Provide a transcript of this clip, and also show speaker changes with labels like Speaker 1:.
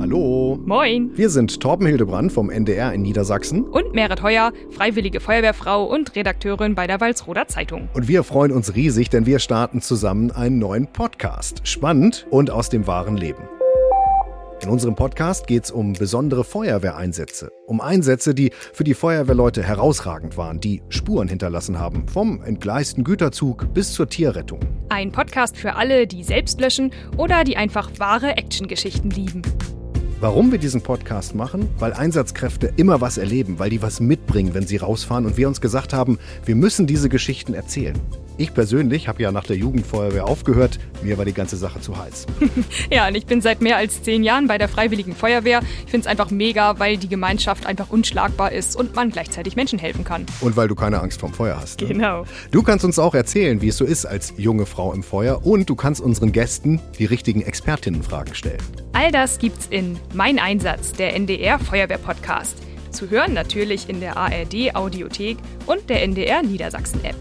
Speaker 1: Hallo.
Speaker 2: Moin.
Speaker 1: Wir sind Torben Hildebrand vom NDR in Niedersachsen.
Speaker 2: Und Meret Heuer, freiwillige Feuerwehrfrau und Redakteurin bei der Walsroder Zeitung.
Speaker 1: Und wir freuen uns riesig, denn wir starten zusammen einen neuen Podcast. Spannend und aus dem wahren Leben. In unserem Podcast geht es um besondere Feuerwehreinsätze. Um Einsätze, die für die Feuerwehrleute herausragend waren, die Spuren hinterlassen haben. Vom entgleisten Güterzug bis zur Tierrettung.
Speaker 2: Ein Podcast für alle, die selbst löschen oder die einfach wahre Actiongeschichten lieben.
Speaker 1: Warum wir diesen Podcast machen? Weil Einsatzkräfte immer was erleben, weil die was mitbringen, wenn sie rausfahren. Und wir uns gesagt haben, wir müssen diese Geschichten erzählen. Ich persönlich habe ja nach der Jugendfeuerwehr aufgehört. Mir war die ganze Sache zu heiß.
Speaker 2: Ja, und ich bin seit mehr als zehn Jahren bei der Freiwilligen Feuerwehr. Ich finde es einfach mega, weil die Gemeinschaft einfach unschlagbar ist und man gleichzeitig Menschen helfen kann.
Speaker 1: Und weil du keine Angst vorm Feuer hast. Ne?
Speaker 2: Genau.
Speaker 1: Du kannst uns auch erzählen, wie es so ist als junge Frau im Feuer. Und du kannst unseren Gästen die richtigen Expertinnenfragen stellen.
Speaker 2: All das gibt's in Mein Einsatz, der NDR Feuerwehr Podcast. Zu hören natürlich in der ARD Audiothek und der NDR Niedersachsen App.